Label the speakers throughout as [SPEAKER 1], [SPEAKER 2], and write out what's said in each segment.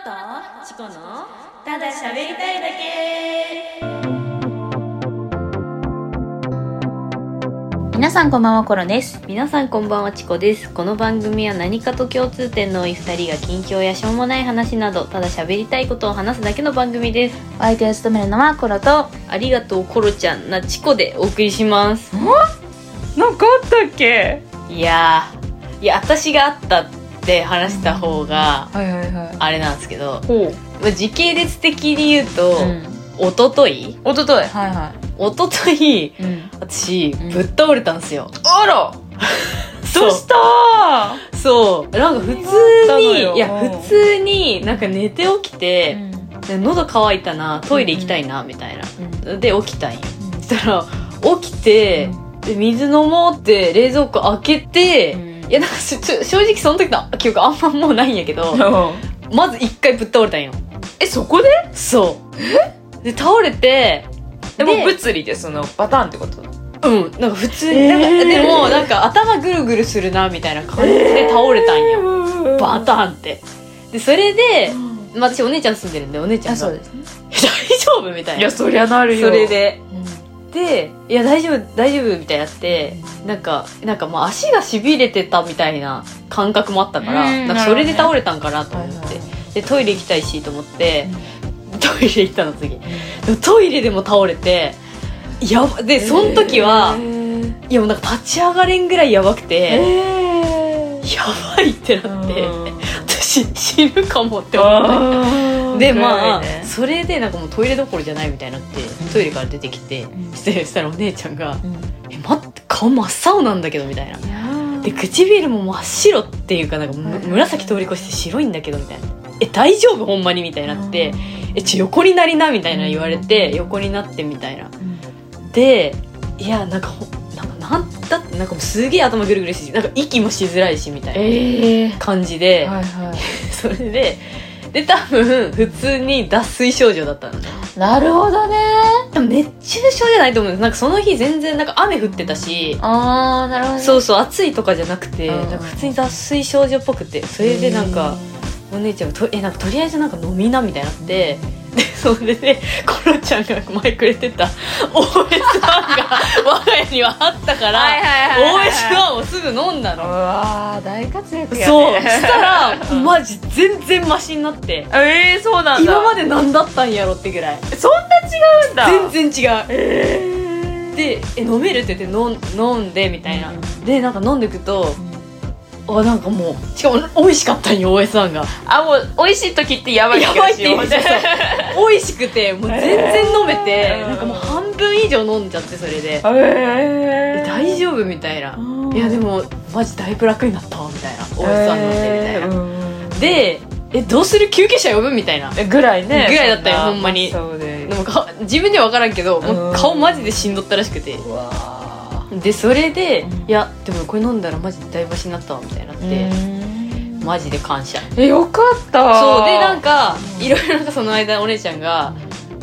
[SPEAKER 1] とチコのただ喋りたいだけ皆さんこんばんはコロです
[SPEAKER 2] 皆さんこんばんはチコですこの番組は何かと共通点の多い2人が近況やしょうもない話などただ喋りたいことを話すだけの番組です
[SPEAKER 1] お相手を務めるのはコロと
[SPEAKER 2] ありがとうコロちゃんなチコでお送りします
[SPEAKER 1] なんかあったっけ
[SPEAKER 2] いやーいや私があったって話した方が
[SPEAKER 1] はいはいはい
[SPEAKER 2] あれなんですけど
[SPEAKER 1] ほう
[SPEAKER 2] まあ時系列的に言うと、
[SPEAKER 1] うん
[SPEAKER 2] おととい
[SPEAKER 1] おとといはいは
[SPEAKER 2] おととい
[SPEAKER 1] い、うん、
[SPEAKER 2] 私、
[SPEAKER 1] ん
[SPEAKER 2] ぶっ倒れたんですよ
[SPEAKER 1] あら
[SPEAKER 2] そう
[SPEAKER 1] た
[SPEAKER 2] そうなんか普
[SPEAKER 1] 何があ
[SPEAKER 2] 通
[SPEAKER 1] ったの
[SPEAKER 2] に
[SPEAKER 1] よ
[SPEAKER 2] いや普通になんか寝て起きて、
[SPEAKER 1] う
[SPEAKER 2] で喉乾いたなトイレ行きたいなみたいな、
[SPEAKER 1] んうん
[SPEAKER 2] で起きたんよそしたら起きて、で水飲もうって冷蔵庫開けて、
[SPEAKER 1] うん
[SPEAKER 2] いやなんかしちょ正直その時の記憶あんまもうないんやけどまず一回ぶっ倒れたんよ
[SPEAKER 1] えそこで
[SPEAKER 2] そうで倒れて
[SPEAKER 1] でも
[SPEAKER 2] で
[SPEAKER 1] 物理でそのパターンってこと
[SPEAKER 2] うんなんか普通に、
[SPEAKER 1] えー
[SPEAKER 2] なんかでもなんか頭ぐるぐるするなみたいな感じで倒れたんよ、バターンってでそれで、まあ、私お姉ちゃん住んでるんでお姉ちゃん
[SPEAKER 1] あ
[SPEAKER 2] が
[SPEAKER 1] そう
[SPEAKER 2] 「大
[SPEAKER 1] ですね
[SPEAKER 2] 丈夫?」みたいない
[SPEAKER 1] やそりゃなるよ
[SPEAKER 2] それ、で
[SPEAKER 1] うん
[SPEAKER 2] で「いや大丈夫大丈夫」みたいになってなんかなんかまあ足がしびれてたみたいな感覚もあったから、
[SPEAKER 1] うん
[SPEAKER 2] なんかそれで倒れたんかなと思って、
[SPEAKER 1] はいはいは
[SPEAKER 2] でトイレ行きたいしと思って、トイレ行ったの次でもトイレでも倒れてやばでその時は、いやもうなんか立ち上がれんぐらいやばく
[SPEAKER 1] え
[SPEAKER 2] て、
[SPEAKER 1] え
[SPEAKER 2] やばいってなって、私死ぬかもって思って。
[SPEAKER 1] あ
[SPEAKER 2] でまあ、
[SPEAKER 1] ね、
[SPEAKER 2] それでなんかもうトイレどころじゃないみたいになってトイレから出てきて、
[SPEAKER 1] ん
[SPEAKER 2] してしたらお姉ちゃんが
[SPEAKER 1] うん
[SPEAKER 2] 「え待って顔真っ青なんだけど」みたいな。
[SPEAKER 1] い
[SPEAKER 2] で
[SPEAKER 1] や
[SPEAKER 2] 唇も真っ白っていうかなんかむ紫通り越して白いんだけどみたいな「え大丈夫ほんまに」みたいになって「えちょ横になりな」みたいな言われて横になってみたいなでいやなんかほなんかなんだってなんかもうすげえ頭ぐるぐるしてなんか息もしづらいしみたい
[SPEAKER 1] ええ
[SPEAKER 2] な感じで、
[SPEAKER 1] はいはい
[SPEAKER 2] それでで多分普通に脱水症状だったのね
[SPEAKER 1] なるほどね
[SPEAKER 2] でも熱中症じゃないと思うんですなんかその日全然なんか雨降ってたし
[SPEAKER 1] ああなるほど
[SPEAKER 2] そうそう暑いとかじゃなくて
[SPEAKER 1] うん
[SPEAKER 2] なんか普通に脱水症状っぽくてそれでなんかお姉ちゃんがとえなんかとりあえずなんか飲みなみたいになってでそれでコロちゃんが前くれてた OS1 が我が家にはあったから
[SPEAKER 1] はいはいはいはい
[SPEAKER 2] OS1 をすぐ飲んだ
[SPEAKER 1] う
[SPEAKER 2] の
[SPEAKER 1] わー大活躍やね
[SPEAKER 2] そうし たら マジ全然マシになって
[SPEAKER 1] ええそうなんだ
[SPEAKER 2] 今まで何だったんやろってぐらい
[SPEAKER 1] そんな違うんだ
[SPEAKER 2] 全然違うで「え飲める?」って言って飲ん飲んでみたいな、
[SPEAKER 1] うん
[SPEAKER 2] でなんか飲んでくとあなんかもうしかも美味しかったんよ OS1 が
[SPEAKER 1] あもう美味しい時ってやばい
[SPEAKER 2] やばいって言うて そう美味しくてもう全然飲めて、
[SPEAKER 1] うん
[SPEAKER 2] なんかもう半分以上飲んじゃってそれで、え
[SPEAKER 1] え
[SPEAKER 2] 大丈夫みたいな、いやでもマジだいぶ楽になったわみたいな OS1 飲んでみたいな、でえでどうする救急車呼ぶみたいな
[SPEAKER 1] ぐらいね
[SPEAKER 2] ぐらいだったよほんまに
[SPEAKER 1] そうで
[SPEAKER 2] でもか自分では分からんけどもう顔マジでしんどったらしくて、
[SPEAKER 1] うわ
[SPEAKER 2] でそれで、
[SPEAKER 1] うん
[SPEAKER 2] いやでもこれ飲んだらマジでだいぶしになったわみたいになっ
[SPEAKER 1] ー
[SPEAKER 2] て、
[SPEAKER 1] うん
[SPEAKER 2] マジで感謝
[SPEAKER 1] えよかった
[SPEAKER 2] そうでなんか
[SPEAKER 1] うん
[SPEAKER 2] いろいろなんかその間お姉ちゃんが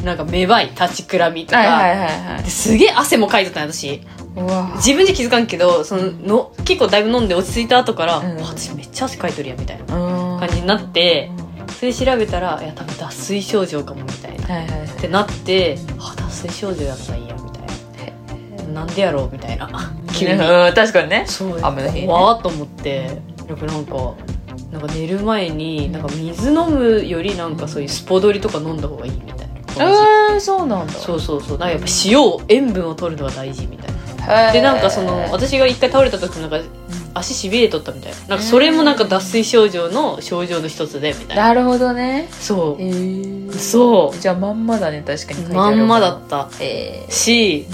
[SPEAKER 2] なんかめばい立ちくらみとか、
[SPEAKER 1] はいはいはいはい
[SPEAKER 2] ですげえ汗もかいとったんや私
[SPEAKER 1] うわ
[SPEAKER 2] 自分じゃ気づかんけどそのの結構だいぶ飲んで落ち着いた後から、
[SPEAKER 1] うん
[SPEAKER 2] わ私めっちゃ汗かいとるやんみたいな
[SPEAKER 1] 感
[SPEAKER 2] 感じになってそれ調べたらいや多分脱水症状かもみたいな
[SPEAKER 1] はいはい
[SPEAKER 2] ってなってあ脱水症状やったんやみたいなでもなんでやろうみたいな 急に
[SPEAKER 1] うん確かにね
[SPEAKER 2] そう
[SPEAKER 1] 雨の日ね
[SPEAKER 2] わーっと思ってなんかなんかなんか寝る前になんか水飲むよりなんかそういうスポドリとか飲んだ方がいいみたい
[SPEAKER 1] え
[SPEAKER 2] な感
[SPEAKER 1] ー、そうなんだ
[SPEAKER 2] じそうそうそうなんかやっぱ塩を塩分を取るのが大事みたいなでなんかその私が一回倒れた時なんか足しびれとったみたいななんかそれもなんか脱水症状の症状の一つでみたいな
[SPEAKER 1] なるほどね
[SPEAKER 2] そ
[SPEAKER 1] えー、
[SPEAKER 2] うそ
[SPEAKER 1] じゃあまんまだね確かに書いうてあ
[SPEAKER 2] ま
[SPEAKER 1] る
[SPEAKER 2] んまだった
[SPEAKER 1] え
[SPEAKER 2] し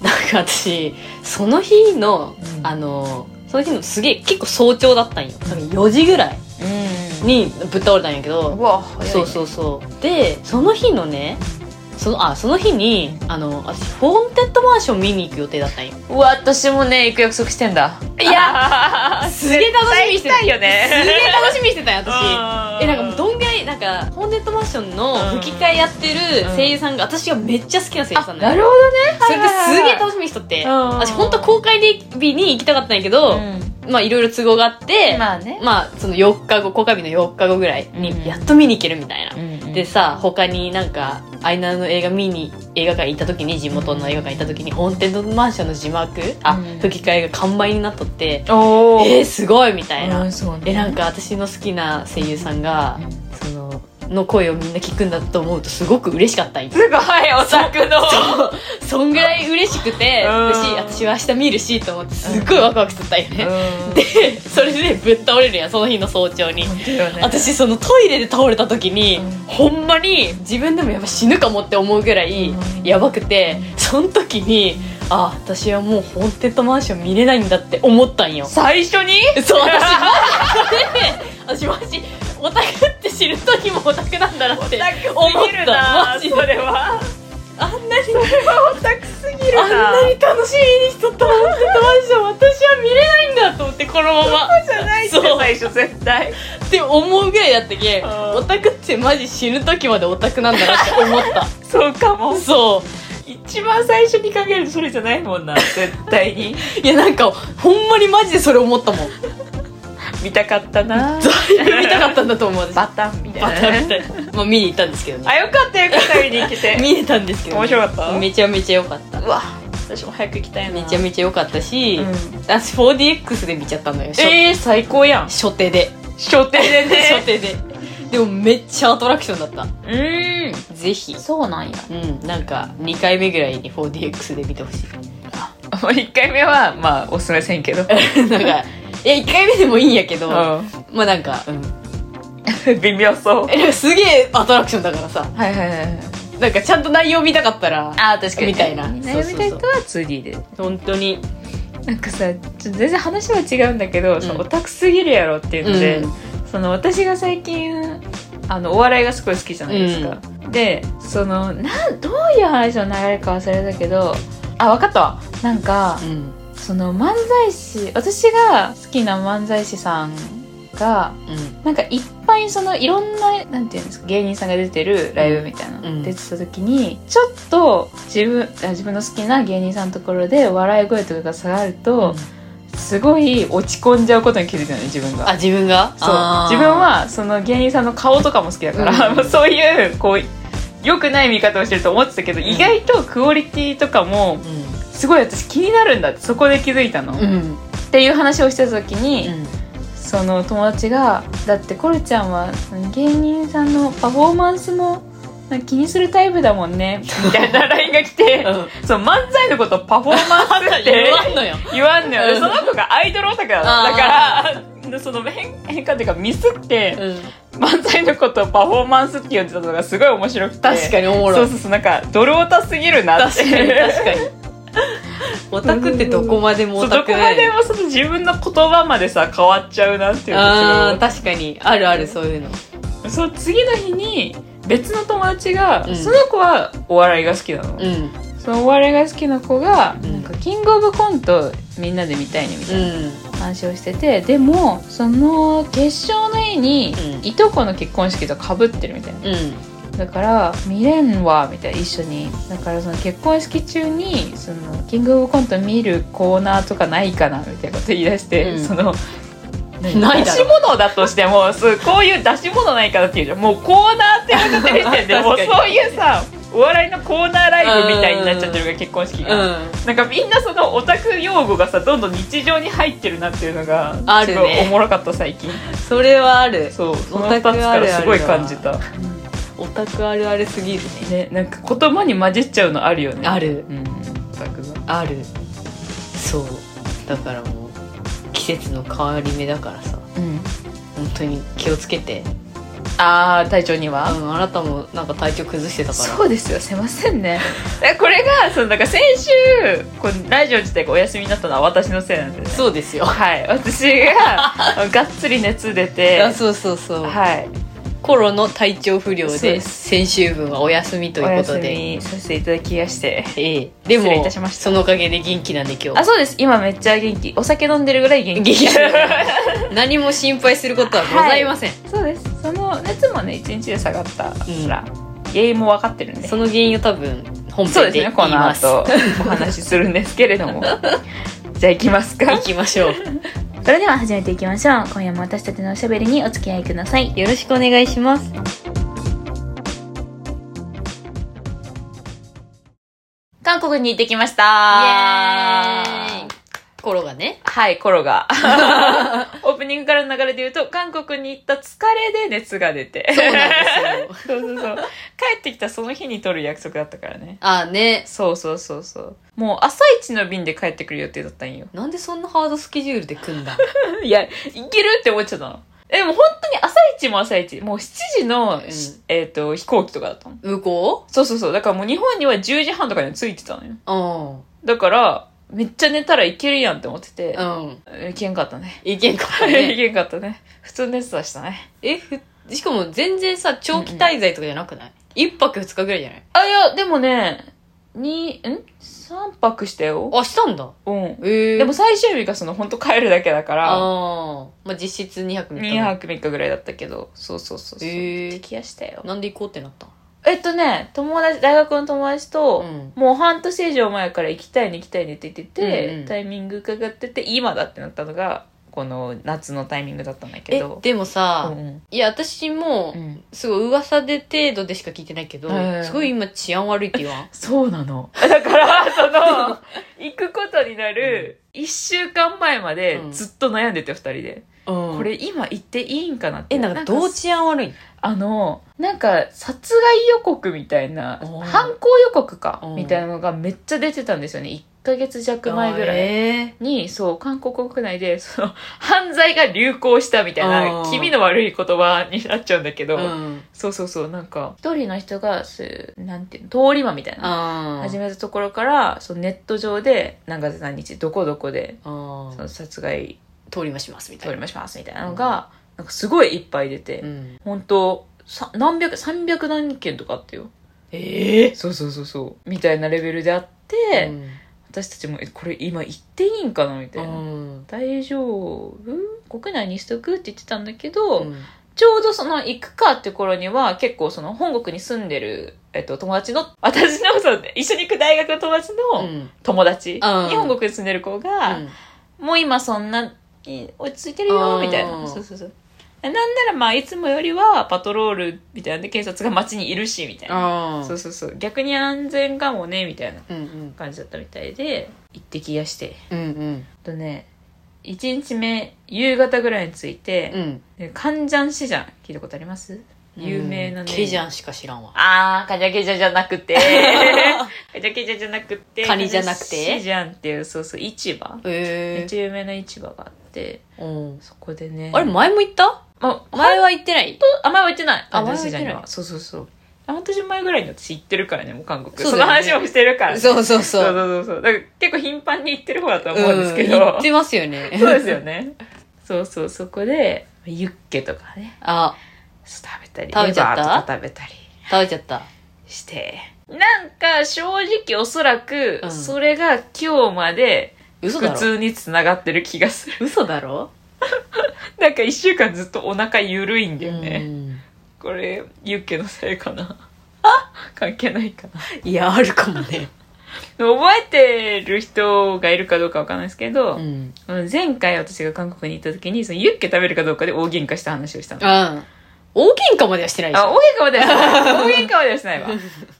[SPEAKER 2] なんか私その日の
[SPEAKER 1] うん
[SPEAKER 2] あのその日のすげえ結構早朝だったんよ多分4時ぐらい
[SPEAKER 1] ー、
[SPEAKER 2] にぶっ倒れたんやけ
[SPEAKER 1] うん
[SPEAKER 2] ど
[SPEAKER 1] うわ早いね
[SPEAKER 2] そうそうそうでその日のねそのあその日にあの私ホーンテッドマンション見に行く予定だったんよ
[SPEAKER 1] うわ私もね行く約束してんだ
[SPEAKER 2] いやすげえ楽しみに
[SPEAKER 1] 絶対行
[SPEAKER 2] してた
[SPEAKER 1] きたいよね
[SPEAKER 2] すげえ楽しみにしてたんよ私えなんかもう
[SPEAKER 1] う
[SPEAKER 2] どんぐらいなんかホーンテッドマンションの
[SPEAKER 1] うん
[SPEAKER 2] 吹き替えやってる声優さんが私がめっちゃ好きな声優さん
[SPEAKER 1] な
[SPEAKER 2] なの
[SPEAKER 1] る
[SPEAKER 2] よ
[SPEAKER 1] ほどね
[SPEAKER 2] それですげえ
[SPEAKER 1] し
[SPEAKER 2] 楽しみにしとって
[SPEAKER 1] うん
[SPEAKER 2] 私本当は公開日に行きたかったんやけど
[SPEAKER 1] うん
[SPEAKER 2] まあいろいろ都合があって、まあ、
[SPEAKER 3] まあね、
[SPEAKER 2] その4日後、公開日の4日後ぐらい
[SPEAKER 3] うん
[SPEAKER 2] に、やっと見に行けるみたいな。
[SPEAKER 3] うんうん
[SPEAKER 2] でさ、他になんか、アイナの映画見に、映画館行った時に、地元の映画館行った時に、ホーンテッドマンションの字幕、あ、
[SPEAKER 3] うん
[SPEAKER 2] 吹き替えが完売になっとって、
[SPEAKER 3] おー
[SPEAKER 2] えー、すごいみたいな
[SPEAKER 3] うん。そうね
[SPEAKER 2] え、なんか私の好きな声優さんが、その、の声をみんな聞くんだと思うとすごく嬉しかったみたいな
[SPEAKER 3] すごいオタクの
[SPEAKER 2] そうそんぐらい嬉しくて、
[SPEAKER 3] うん
[SPEAKER 2] 私私は明日見るしと思ってすっごいワクワクしてたよね、
[SPEAKER 3] うん
[SPEAKER 2] でそれでぶっ倒れるやんその日の早朝に、
[SPEAKER 3] 本当よね
[SPEAKER 2] 私そのトイレで倒れた時に、
[SPEAKER 3] うん
[SPEAKER 2] ほんまに自分でもやばい死ぬかもって思うぐらい
[SPEAKER 3] うん
[SPEAKER 2] やばくて、その時にあ私はもうホーンテッドマンション見れないんだって思ったんよ
[SPEAKER 3] 最初に
[SPEAKER 2] そう私マジで私マジオタクって知る時もオタクなんだな って思っ
[SPEAKER 3] すぎる
[SPEAKER 2] た
[SPEAKER 3] な
[SPEAKER 2] マジで
[SPEAKER 3] それは
[SPEAKER 2] あんなに
[SPEAKER 3] オタクすぎる
[SPEAKER 2] あん
[SPEAKER 3] な
[SPEAKER 2] なに楽しみにしとったホーンテッドマンション私は見れないんだと思ってこのまま
[SPEAKER 3] じゃないって
[SPEAKER 2] そう
[SPEAKER 3] 最初絶対
[SPEAKER 2] って思うぐらいだったけ
[SPEAKER 3] うん
[SPEAKER 2] オタクってマジ死ぬ時までオタクなんだなって思っ
[SPEAKER 3] そうかも
[SPEAKER 2] たそ
[SPEAKER 3] 一番最初に考えるそれじゃないもんな絶対に
[SPEAKER 2] ういやなんかほんまにマジでそれ思ったもん
[SPEAKER 3] 見たかったな
[SPEAKER 2] だいぶ見たかったんだと思う私
[SPEAKER 3] バタンみたいな
[SPEAKER 2] バタみたいなまあ見に行ったんですけどね
[SPEAKER 3] あよかったよかった見に来 て
[SPEAKER 2] 見れたんですけどね、
[SPEAKER 3] 面白かった
[SPEAKER 2] めちゃめちゃ良かった
[SPEAKER 3] うわ私も早く行きたいな
[SPEAKER 2] めちゃめちゃ良かったし、
[SPEAKER 3] うん
[SPEAKER 2] 私 4DX で見ちゃったのよ、
[SPEAKER 3] えー、最高やん
[SPEAKER 2] 初初手で
[SPEAKER 3] 初手で
[SPEAKER 2] 初手ででもめっちゃアトラクションだった
[SPEAKER 3] うーん
[SPEAKER 2] ぜひ
[SPEAKER 3] そうなんや
[SPEAKER 2] うんなんか2回目ぐらいに 4DX で見てほし い
[SPEAKER 3] 1回目はまあおすすめせんけど
[SPEAKER 2] なんかいや1回目でもいいんやけど、
[SPEAKER 3] う
[SPEAKER 2] まあなんか、うん、
[SPEAKER 3] ん 微妙そう
[SPEAKER 2] えなんかすげえアトラクションだからさ
[SPEAKER 3] はいはいはい
[SPEAKER 2] なんかちゃんと内容見たかったら
[SPEAKER 3] あー確かに
[SPEAKER 2] みたいな
[SPEAKER 3] 悩みたい人は 2D で
[SPEAKER 2] 本当に
[SPEAKER 3] なんかさちょっと全然話は違うんだけど、そう
[SPEAKER 2] うん
[SPEAKER 3] オタクすぎるやろっていうので、
[SPEAKER 2] うん
[SPEAKER 3] その私が最近あのお笑いがすごい好きじゃないですか、でそのなんどういう話の流れか忘れたけどあ分かったわなんか
[SPEAKER 2] うん
[SPEAKER 3] その漫才師私が好きな漫才師さんが
[SPEAKER 2] うん
[SPEAKER 3] なんかいっぱいそのいろんななんていうんですか芸人さんが出てるライブみたい
[SPEAKER 2] う
[SPEAKER 3] な、
[SPEAKER 2] ん
[SPEAKER 3] 出てた時にちょっと自分あ自分の好きな芸人さんのところで笑い声とかが下がると、すごい落ち込んじゃうことに気づくのね自分
[SPEAKER 2] あ
[SPEAKER 3] が。
[SPEAKER 2] 自分が
[SPEAKER 3] そう
[SPEAKER 2] あー
[SPEAKER 3] 自分はその芸人さんの顔とかも好きだから、
[SPEAKER 2] うん
[SPEAKER 3] まあ そういうこう良くない見方をしてると思ってたけど、
[SPEAKER 2] ん
[SPEAKER 3] 意外とクオリティとかもすごい私気になるんだってそこで気づいたの、
[SPEAKER 2] うんう
[SPEAKER 3] っ
[SPEAKER 2] ん
[SPEAKER 3] ていう話をしてた時に、
[SPEAKER 2] うん
[SPEAKER 3] その友達が「だってコルちゃんは芸人さんのパフォーマンスもなんか気にするタイプだもんね」みたいな LINE が来て、
[SPEAKER 2] うん
[SPEAKER 3] その漫才のことをパフォーマンスっ て
[SPEAKER 2] 言わんのよ
[SPEAKER 3] 言わんのよ、
[SPEAKER 2] うん
[SPEAKER 3] その子がアイドルオタクだ
[SPEAKER 2] あー
[SPEAKER 3] だからその変変化っていうかミスって
[SPEAKER 2] うん
[SPEAKER 3] 漫才のことをパフォーマンスって呼んでたのがすごい面白くて
[SPEAKER 2] 確かにおもろい
[SPEAKER 3] そうそうそうなんか泥オタすぎるなって
[SPEAKER 2] 確かに確かに オタクってどこまでも
[SPEAKER 3] そ
[SPEAKER 2] オ
[SPEAKER 3] うど
[SPEAKER 2] タク
[SPEAKER 3] こ
[SPEAKER 2] だ
[SPEAKER 3] ま
[SPEAKER 2] よね
[SPEAKER 3] でもその自分の言葉までさ変わっちゃうなっていうのがすごい面白
[SPEAKER 2] あ
[SPEAKER 3] い
[SPEAKER 2] ー確かにあるあるそういうの
[SPEAKER 3] その次の日に別の友達が、
[SPEAKER 2] うん
[SPEAKER 3] その子はお笑いが好きなの、
[SPEAKER 2] うん
[SPEAKER 3] そのお笑いが好きな子が、
[SPEAKER 2] うん
[SPEAKER 3] なんかキングオブコントみんなで見たいねみた
[SPEAKER 2] う
[SPEAKER 3] い
[SPEAKER 2] ん
[SPEAKER 3] な話をしてて、でもその決勝の日に、
[SPEAKER 2] うん
[SPEAKER 3] いとこの結婚式とかぶってるみたいな
[SPEAKER 2] うん
[SPEAKER 3] だから見れんわみたいな一緒にだからその結婚式中にそのキングオブコント見るコーナーとかないかなみたいなこと言い出して、
[SPEAKER 2] うん
[SPEAKER 3] その
[SPEAKER 2] ない
[SPEAKER 3] 出
[SPEAKER 2] だ
[SPEAKER 3] し
[SPEAKER 2] ろ
[SPEAKER 3] 物だとしてもそうこういう出し物ないかなっていうじゃんもうコーナーって言われてる時点 で
[SPEAKER 2] 確
[SPEAKER 3] もう
[SPEAKER 2] かに
[SPEAKER 3] そういうさお笑いのコーナーライブみたいになっちゃってるから結婚式
[SPEAKER 2] う
[SPEAKER 3] が、
[SPEAKER 2] ん
[SPEAKER 3] なんかみんなそのオタク用語がさどんどん日常に入ってるなっていうのが
[SPEAKER 2] あ
[SPEAKER 3] す
[SPEAKER 2] るね
[SPEAKER 3] ごいおもろかった最近
[SPEAKER 2] それはある
[SPEAKER 3] そうその
[SPEAKER 2] オ
[SPEAKER 3] 2
[SPEAKER 2] タクあ
[SPEAKER 3] つか
[SPEAKER 2] るある
[SPEAKER 3] らすごい感じた
[SPEAKER 2] オタクあるあるすぎるね
[SPEAKER 3] ねなんか言葉に混じっちゃうのあるよね
[SPEAKER 2] ある
[SPEAKER 3] うんオタクが
[SPEAKER 2] あるそうだからもう季節の変わり目だからさ
[SPEAKER 3] うん
[SPEAKER 2] 本当に気をつけて
[SPEAKER 3] あー体調に
[SPEAKER 2] あ
[SPEAKER 3] は
[SPEAKER 2] のあなたもなんか体調崩してたから
[SPEAKER 3] そうですよせませんね えこれがそのなんか先週こうラジオ自体がお休みになったのは私のせいなんで
[SPEAKER 2] そう
[SPEAKER 3] す
[SPEAKER 2] ですよ
[SPEAKER 3] はい私 があのがっつり熱出て
[SPEAKER 2] あそうそうそう、
[SPEAKER 3] はい
[SPEAKER 2] コロの体調不良
[SPEAKER 3] そう
[SPEAKER 2] で
[SPEAKER 3] です
[SPEAKER 2] 先週分はお休みと
[SPEAKER 3] お
[SPEAKER 2] いうこと
[SPEAKER 3] 休
[SPEAKER 2] で
[SPEAKER 3] みさせていただき気がして
[SPEAKER 2] ええで
[SPEAKER 3] 失礼い
[SPEAKER 2] も
[SPEAKER 3] たしました
[SPEAKER 2] そのおかげで元気なんで今
[SPEAKER 3] あ
[SPEAKER 2] 日
[SPEAKER 3] そうです今めっちゃ元気お酒飲んでるぐらい元気
[SPEAKER 2] 元気何も心配することはございません、
[SPEAKER 3] そうですその熱もね一日で下がったから、原因も分かってるんで
[SPEAKER 2] その原因を多分本
[SPEAKER 3] そう
[SPEAKER 2] 編
[SPEAKER 3] で
[SPEAKER 2] で言
[SPEAKER 3] すね、
[SPEAKER 2] い
[SPEAKER 3] この
[SPEAKER 2] ます
[SPEAKER 3] 後お話しするんですけれども。じゃあ行きますか
[SPEAKER 2] 行。きましょう
[SPEAKER 3] それでは始めていきましょう今夜も私たちのおしゃべりにお付き合いください
[SPEAKER 2] よろしくお願いします。
[SPEAKER 3] 韓国に行ってきました
[SPEAKER 2] イエーイコロがね。
[SPEAKER 3] はい、コロが。 オープニングからの流れで言うと、韓国に行った疲れで熱が出て。
[SPEAKER 2] そうなんですよ。
[SPEAKER 3] そうそうそう。帰ってきたその日に取る約束だったからね。
[SPEAKER 2] あ、ね。
[SPEAKER 3] そうそうそうそう。もう朝一の便で帰ってくる予定だった んよ。
[SPEAKER 2] なんでそんなハードスケジュールで組んだ
[SPEAKER 3] いや、いけるって思っちゃったの。えでも本当に朝一も朝一。もう7時の、
[SPEAKER 2] うん
[SPEAKER 3] しえっ、と、飛行機とかだったの。
[SPEAKER 2] 向こ
[SPEAKER 3] そうそうそう。だからもう日本には10時半とかに着いてたのよ。
[SPEAKER 2] ううん。
[SPEAKER 3] だから、めっちゃ寝たらいけるやんって思ってて。
[SPEAKER 2] うん。
[SPEAKER 3] いけんかったね。
[SPEAKER 2] いけんかった
[SPEAKER 3] い
[SPEAKER 2] ね。
[SPEAKER 3] けんかったね。普通のやつ出したね。
[SPEAKER 2] え、ふしかも全然さ、長期滞在とかじゃなくない一、泊二日ぐらいじゃない
[SPEAKER 3] あ、いや、でもね、に、ん三泊したよ。
[SPEAKER 2] あ、したんだ。
[SPEAKER 3] うん。
[SPEAKER 2] ええ
[SPEAKER 3] でも最終日がその、本当帰るだけだから、
[SPEAKER 2] ああ。まあ、実質2泊3日。
[SPEAKER 3] 2。泊3日ぐらいだったけど、そうそうそうそう。
[SPEAKER 2] へー
[SPEAKER 3] 適、え、したよ。
[SPEAKER 2] なんで行こうってなった
[SPEAKER 3] えっとね、友達、大学の友達と、
[SPEAKER 2] ん。
[SPEAKER 3] もう半年以上前から行きたいね行きたいねって言ってて、
[SPEAKER 2] うんうん
[SPEAKER 3] タイミング伺ってて、今だってなったのが、この夏のタイミングだったんだけ
[SPEAKER 2] え
[SPEAKER 3] ど、。
[SPEAKER 2] でもさ、
[SPEAKER 3] うんうん
[SPEAKER 2] いや、私も
[SPEAKER 3] う、ん
[SPEAKER 2] すごい噂で程度でしか聞いてないけど、
[SPEAKER 3] うん
[SPEAKER 2] すごい今治安悪いって言わん
[SPEAKER 3] そうなの。 だから、その、行くことになる、一週間前まで
[SPEAKER 2] うん
[SPEAKER 3] ずっと悩んでて、二人で。
[SPEAKER 2] うん
[SPEAKER 3] これ今行っていいんかなって。
[SPEAKER 2] え、なんかどう治安悪いの
[SPEAKER 3] あの、なんか殺害予告みたいな、
[SPEAKER 2] おー
[SPEAKER 3] 犯行予告か
[SPEAKER 2] う、ん
[SPEAKER 3] みたいなのがめっちゃ出てたんですよね。1ヶ月弱前ぐらい。
[SPEAKER 2] え
[SPEAKER 3] に、そう、韓国国内で、その、犯罪が流行したみたいな
[SPEAKER 2] あ、ー
[SPEAKER 3] 気味の悪い言葉になっちゃうんだけ
[SPEAKER 2] ー
[SPEAKER 3] ど、
[SPEAKER 2] うん。
[SPEAKER 3] そうそうそう、なんか、一人の人が、そういう、なんていうの、通り魔みたい
[SPEAKER 2] あ
[SPEAKER 3] な、
[SPEAKER 2] あ。
[SPEAKER 3] 始めたところからそのネット上で何月何日どこどこで
[SPEAKER 2] あ
[SPEAKER 3] そ
[SPEAKER 2] あ
[SPEAKER 3] の。殺害
[SPEAKER 2] 通りましますみた
[SPEAKER 3] 通
[SPEAKER 2] い
[SPEAKER 3] り
[SPEAKER 2] な。
[SPEAKER 3] ましますみたいなのが、なんかすごいいっぱい出て、
[SPEAKER 2] うん。
[SPEAKER 3] 本当さ何百300何件とかあってよ
[SPEAKER 2] ええ
[SPEAKER 3] そうそうそうそうみたいなレベルであって、私たちもえこれ今行っていいんかなみた
[SPEAKER 2] う
[SPEAKER 3] いな、
[SPEAKER 2] ん。
[SPEAKER 3] 大丈夫国内にしとくって言ってたんだけど、
[SPEAKER 2] うん。
[SPEAKER 3] ちょうどその行くかって頃には結構その本国に住んでる、えっと、友達の私のそう一緒に行く大学の友達の、
[SPEAKER 2] うん。
[SPEAKER 3] 友達、
[SPEAKER 2] うん
[SPEAKER 3] 日本国に住んでる子が、もう今そんなに落ち着いてるよ
[SPEAKER 2] うん
[SPEAKER 3] みたいなそうそうそうなんならまあいつもよりはパトロールみたいなんで警察が街にいるしみたいな
[SPEAKER 2] ああ。
[SPEAKER 3] そうそうそう逆に安全かもねみたいな
[SPEAKER 2] うんうん。
[SPEAKER 3] 感じだったみたいで行ってきやして
[SPEAKER 2] うんうん。
[SPEAKER 3] とね1日目夕方ぐらいに着いて、
[SPEAKER 2] うん。
[SPEAKER 3] でカンジャンシジャン聞いたことあります有名なね、
[SPEAKER 2] ケジャンしか知らんわ。
[SPEAKER 3] あー、カジャケジャじゃなく て、カジャケジャじゃなくて、
[SPEAKER 2] カニじゃなくて
[SPEAKER 3] シジャンっていう、そうそう、市場。め
[SPEAKER 2] え
[SPEAKER 3] っちゃ有名な市場があって、
[SPEAKER 2] え。うん。
[SPEAKER 3] そこでね。
[SPEAKER 2] あれ、前も行った
[SPEAKER 3] ま、前
[SPEAKER 2] 前は行ってない
[SPEAKER 3] あ、前は行ってない。
[SPEAKER 2] あ
[SPEAKER 3] あ、
[SPEAKER 2] 前は行
[SPEAKER 3] 前は行っ
[SPEAKER 2] ってて
[SPEAKER 3] な
[SPEAKER 2] ない
[SPEAKER 3] い。そうそうそう。半年前ぐらいに私行ってるからね、もう韓国。そ,、
[SPEAKER 2] そう
[SPEAKER 3] の
[SPEAKER 2] だよね
[SPEAKER 3] 話もしてるから、ね。う
[SPEAKER 2] そうそう
[SPEAKER 3] そ
[SPEAKER 2] そ
[SPEAKER 3] う
[SPEAKER 2] う。
[SPEAKER 3] そうそう。だから結構頻繁に行ってる方だと
[SPEAKER 2] うん
[SPEAKER 3] 思うんですけ
[SPEAKER 2] 行
[SPEAKER 3] ど
[SPEAKER 2] っ。てますよね。
[SPEAKER 3] そうですよね。そうそう、そこで、ユッケとかね、
[SPEAKER 2] あ、
[SPEAKER 3] そう食べたり、
[SPEAKER 2] 食べちゃった
[SPEAKER 3] レバーとか食べたり。
[SPEAKER 2] 食べちゃった。
[SPEAKER 3] して。なんか正直おそらく
[SPEAKER 2] う、ん
[SPEAKER 3] それが今日まで
[SPEAKER 2] 嘘だ
[SPEAKER 3] 普
[SPEAKER 2] ろ
[SPEAKER 3] 通につながってる気がする。
[SPEAKER 2] 嘘だろ
[SPEAKER 3] なんか一週間ずっとお腹ゆるいんだ
[SPEAKER 2] う
[SPEAKER 3] よね。
[SPEAKER 2] ん。
[SPEAKER 3] これ、ユッケのせいかな。 関係ないかな。
[SPEAKER 2] いや、あるかもね。
[SPEAKER 3] 覚えてる人がいるかどうかわかんないですけど、
[SPEAKER 2] うん。
[SPEAKER 3] 前回私が韓国に行った時に、そのユッケ食べるかどうかで大喧嘩した話をしたの。
[SPEAKER 2] うん。大喧嘩まではしてないでし
[SPEAKER 3] あ、
[SPEAKER 2] ょ。
[SPEAKER 3] 大喧嘩までは しない。大喧嘩まではしないわ。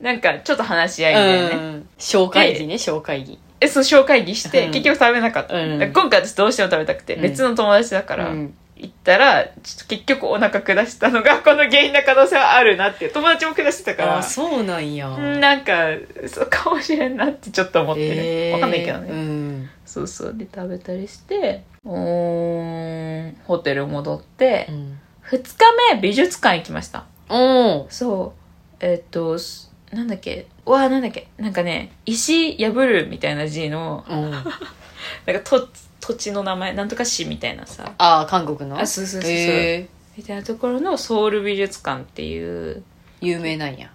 [SPEAKER 3] なんかちょっと話し合いみたいなね。
[SPEAKER 2] うん。小会議ね、小会議。
[SPEAKER 3] え、そう、紹介議して、
[SPEAKER 2] うん
[SPEAKER 3] 結局食べなかった。
[SPEAKER 2] うん
[SPEAKER 3] だから今回私どうしても食べたくて、
[SPEAKER 2] うん
[SPEAKER 3] 別の友達だか
[SPEAKER 2] う
[SPEAKER 3] ら、
[SPEAKER 2] ん。
[SPEAKER 3] 行ったら、ちょっと結局お腹下したのが、この原因な可能性はあるなって、友達も下してたから
[SPEAKER 2] あ、、そうなんや。
[SPEAKER 3] うんなんか、そうかもしれんなってちょっと思ってる。
[SPEAKER 2] えー
[SPEAKER 3] わかんないけどね。
[SPEAKER 2] うん。
[SPEAKER 3] そうそう。で、食べたりして、うーん、ホテル戻って
[SPEAKER 2] う、ん。
[SPEAKER 3] 二日目美術館行きました。
[SPEAKER 2] おー
[SPEAKER 3] そう。えっと、すなんだっけ、うわ、なんだっけ、なんかね、石破るみたいな字の、
[SPEAKER 2] うん。
[SPEAKER 3] なんかと土地の名前なんとか市みたいなさ
[SPEAKER 2] ああ、韓国の
[SPEAKER 3] あそうそうそうそう、
[SPEAKER 2] え
[SPEAKER 3] みたいなところのソウル美術館っていう
[SPEAKER 2] ー有名なんや。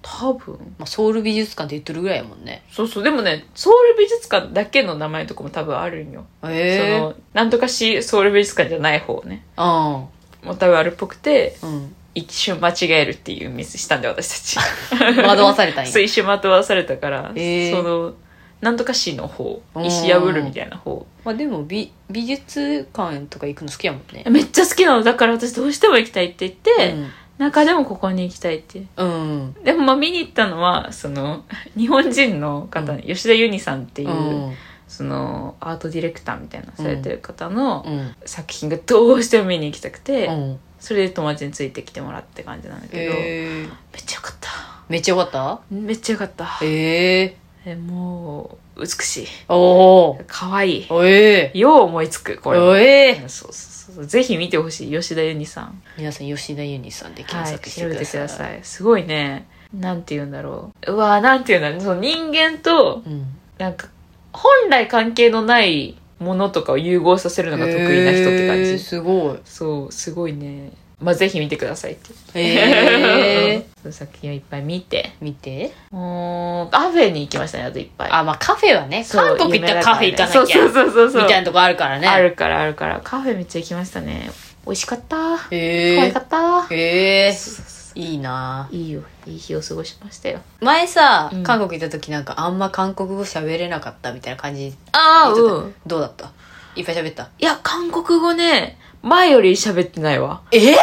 [SPEAKER 3] 多分
[SPEAKER 2] まあ、ソウル美術館って言っとるぐらいやもんね。
[SPEAKER 3] そうそうでもねソウル美術館だけの名前とかも多分あるんよ、
[SPEAKER 2] ええ
[SPEAKER 3] そのなんとか市ソウル美術館じゃない方ね
[SPEAKER 2] あ
[SPEAKER 3] もう多分あるっぽくて
[SPEAKER 2] あ。うん。
[SPEAKER 3] 一瞬間違えるっていうミスしたんで私たち
[SPEAKER 2] 惑わされたんや
[SPEAKER 3] そう。一瞬惑わされたから、
[SPEAKER 2] へー
[SPEAKER 3] そのなんとか市の方
[SPEAKER 2] うん
[SPEAKER 3] 石破るみたいな方
[SPEAKER 2] まあでも美美術館とか行くの好きやもんね
[SPEAKER 3] めっちゃ好きなのだから私どうしても行きたいって言って、
[SPEAKER 2] うん
[SPEAKER 3] 中でもここに行きたいって
[SPEAKER 2] うん
[SPEAKER 3] でもまあ見に行ったのはその 日本人の方、
[SPEAKER 2] うん
[SPEAKER 3] 吉田ユニさんっていう、
[SPEAKER 2] うん
[SPEAKER 3] そのアートディレクターみたいなされてる方の
[SPEAKER 2] うん
[SPEAKER 3] 作品がどうしても見に行きたくて、
[SPEAKER 2] うん
[SPEAKER 3] それで友達についてきてもらうって感じなんだけど、
[SPEAKER 2] えー
[SPEAKER 3] めっちゃよかった
[SPEAKER 2] めっちゃよかっ
[SPEAKER 3] めっちゃよかった
[SPEAKER 2] たえ
[SPEAKER 3] えもう美しい
[SPEAKER 2] ー、お
[SPEAKER 3] 可愛い
[SPEAKER 2] おええ
[SPEAKER 3] よう思いつくこれ
[SPEAKER 2] おえ
[SPEAKER 3] うんそうそうそうぜひ見てほしい吉田ユニさん
[SPEAKER 2] 皆さん吉田ユニさんで検
[SPEAKER 3] はい、
[SPEAKER 2] 索して
[SPEAKER 3] 調
[SPEAKER 2] く
[SPEAKER 3] べ
[SPEAKER 2] だ
[SPEAKER 3] てく
[SPEAKER 2] さい,、
[SPEAKER 3] ださい。すごいね。なんて言うんだろう。うわーなんて言うんだろう。その人間と、
[SPEAKER 2] うん、
[SPEAKER 3] なんか、本来関係のないものとかを融合させるのが得意な人って感じ。
[SPEAKER 2] えーすごい
[SPEAKER 3] そう、すごいね。まあ、ぜひ見てくださいって。
[SPEAKER 2] ええ
[SPEAKER 3] その作品をいっぱい見て。
[SPEAKER 2] 見て
[SPEAKER 3] もう、カフェに行きましたね、あといっぱい。
[SPEAKER 2] あまあカフェはね
[SPEAKER 3] そう、
[SPEAKER 2] 韓国行ったらカフェ行かなきゃ
[SPEAKER 3] 有名だからねそうそうそうそう。
[SPEAKER 2] みたいなとこあるからね
[SPEAKER 3] あるからあるから。カフェめっちゃ行きましたね。美味しかった。
[SPEAKER 2] え
[SPEAKER 3] 可愛
[SPEAKER 2] え
[SPEAKER 3] かった。
[SPEAKER 2] ええ
[SPEAKER 3] そうそうそ
[SPEAKER 2] いいな
[SPEAKER 3] ういいよ。いい日を過ごしましたよ。
[SPEAKER 2] 前さ、
[SPEAKER 3] うん
[SPEAKER 2] 韓国行った時なんかあんま韓国語喋れなかったみたいな感じ
[SPEAKER 3] あ
[SPEAKER 2] 言ってた
[SPEAKER 3] うん。
[SPEAKER 2] どうだったいっぱい喋った
[SPEAKER 3] いや、韓国語ね、前より喋ってないわ。
[SPEAKER 2] え